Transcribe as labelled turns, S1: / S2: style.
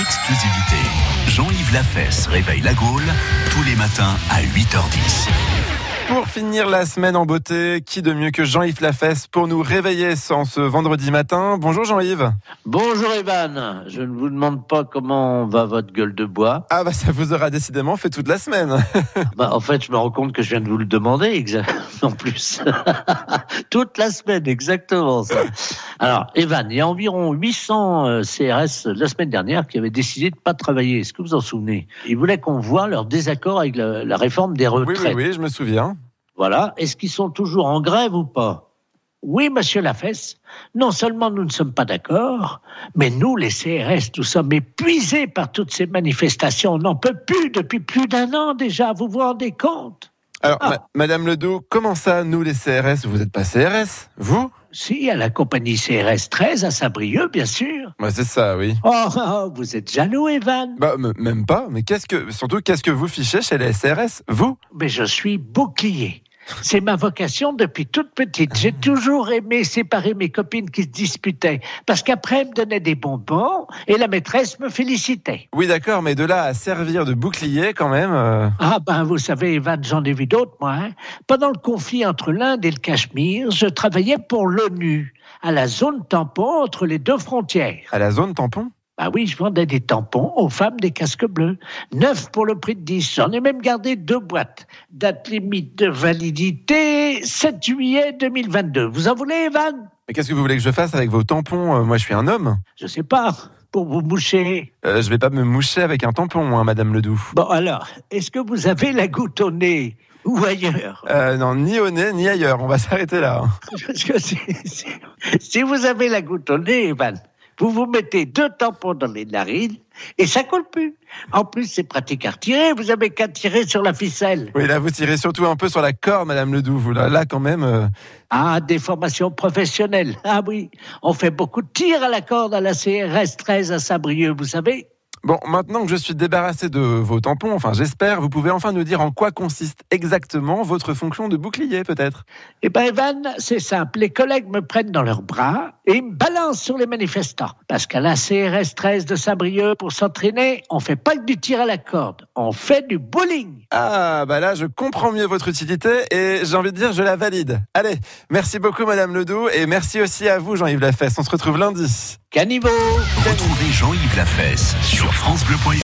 S1: exclusivité. Jean-Yves Lafesse réveille la Gaule tous les matins à 8h10.
S2: Pour finir la semaine en beauté, qui de mieux que Jean-Yves Lafesse pour nous réveiller sans ce vendredi matin Bonjour Jean-Yves.
S3: Bonjour Evan, je ne vous demande pas comment va votre gueule de bois.
S2: Ah bah ça vous aura décidément fait toute la semaine.
S3: Bah, en fait, je me rends compte que je viens de vous le demander exa- en plus. Toute la semaine, exactement ça. Alors, Evan, il y a environ 800 euh, CRS la semaine dernière qui avaient décidé de ne pas travailler. Est-ce que vous en souvenez Ils voulaient qu'on voit leur désaccord avec la, la réforme des
S2: Oui,
S3: retraites.
S2: oui, oui, je me souviens.
S3: Voilà. Est-ce qu'ils sont toujours en grève ou pas Oui, monsieur Lafesse, non seulement nous ne sommes pas d'accord, mais nous, les CRS, nous sommes épuisés par toutes ces manifestations. On n'en peut plus depuis plus d'un an déjà, vous vous rendez compte
S2: Alors,
S3: Ah.
S2: ma- Madame Ledoux, comment ça, nous les CRS Vous n'êtes pas CRS Vous
S3: Si, à la compagnie CRS 13 à Saint-Brieuc, bien sûr.
S2: bah, C'est ça, oui.
S3: Oh, oh, vous êtes jaloux, Evan
S2: Bah, m- même pas, mais qu'est-ce que, surtout, qu'est-ce que vous fichez chez les CRS Vous
S3: mais je suis bouclier. C'est ma vocation depuis toute petite. J'ai toujours aimé séparer mes copines qui se disputaient, parce qu'après, elles me donnaient des bonbons et la maîtresse me félicitait.
S2: Oui, d'accord, mais de là à servir de bouclier quand même. euh,
S3: Ah ben, vous savez, Evan, j'en ai vu d'autres, moi. hein. Pendant le conflit entre l'Inde et le Cachemire, je travaillais pour l'ONU, à la zone tampon entre les deux frontières.
S2: À la zone tampon
S3: Bah oui, je vendais des tampons aux femmes des casques bleus. Neuf pour le prix de 10. J'en ai même gardé deux boîtes. Date limite de validité, 7 juillet 2022. Vous en voulez, Evan
S2: Mais qu'est-ce que vous voulez que je fasse avec vos tampons Euh, Moi, je suis un homme.
S3: Je sais pas, pour vous moucher.
S2: Euh, je vais pas me moucher avec un tampon, hein, Madame Ledoux.
S3: Bon, alors, est-ce que vous avez la goutte au nez ou ailleurs
S2: Euh, non, ni au nez, ni ailleurs. On va s'arrêter là. hein.
S3: Parce que si, si- si vous avez la goutte au nez, Evan, vous vous mettez deux tampons dans les narines et ça colle plus. En plus, c'est pratique à retirer. Vous avez qu'à tirer sur la ficelle.
S2: Oui, là, vous tirez surtout un peu sur la corde, Madame Ledoux. Vous, là, là, quand même. euh,
S3: Ah, des formations professionnelles. Ah oui, on fait beaucoup de tirs à la corde à la CRS 13 à Saint-Brieuc, vous savez.
S2: Bon, maintenant que je suis débarrassé de vos tampons, enfin, j'espère, vous pouvez enfin nous dire en quoi consiste exactement votre fonction de bouclier, peut-être.
S3: Eh ben, Evan, c'est simple. Les collègues me prennent dans leurs bras et ils me balancent sur les manifestants. Parce qu'à la CRS 13 de Saint-Brieuc, pour s'entraîner, on fait pas que du tir à la corde, on fait du bowling.
S2: Ah, bah là, je comprends mieux votre utilité et j'ai envie de dire, je la valide. Allez, merci beaucoup, Madame Ledoux, et merci aussi à vous, Jean-Yves Lafesse. On se retrouve lundi.
S3: Caniveau
S1: Retrouvez Jean-Yves Lafesse sur FranceBleu.fr.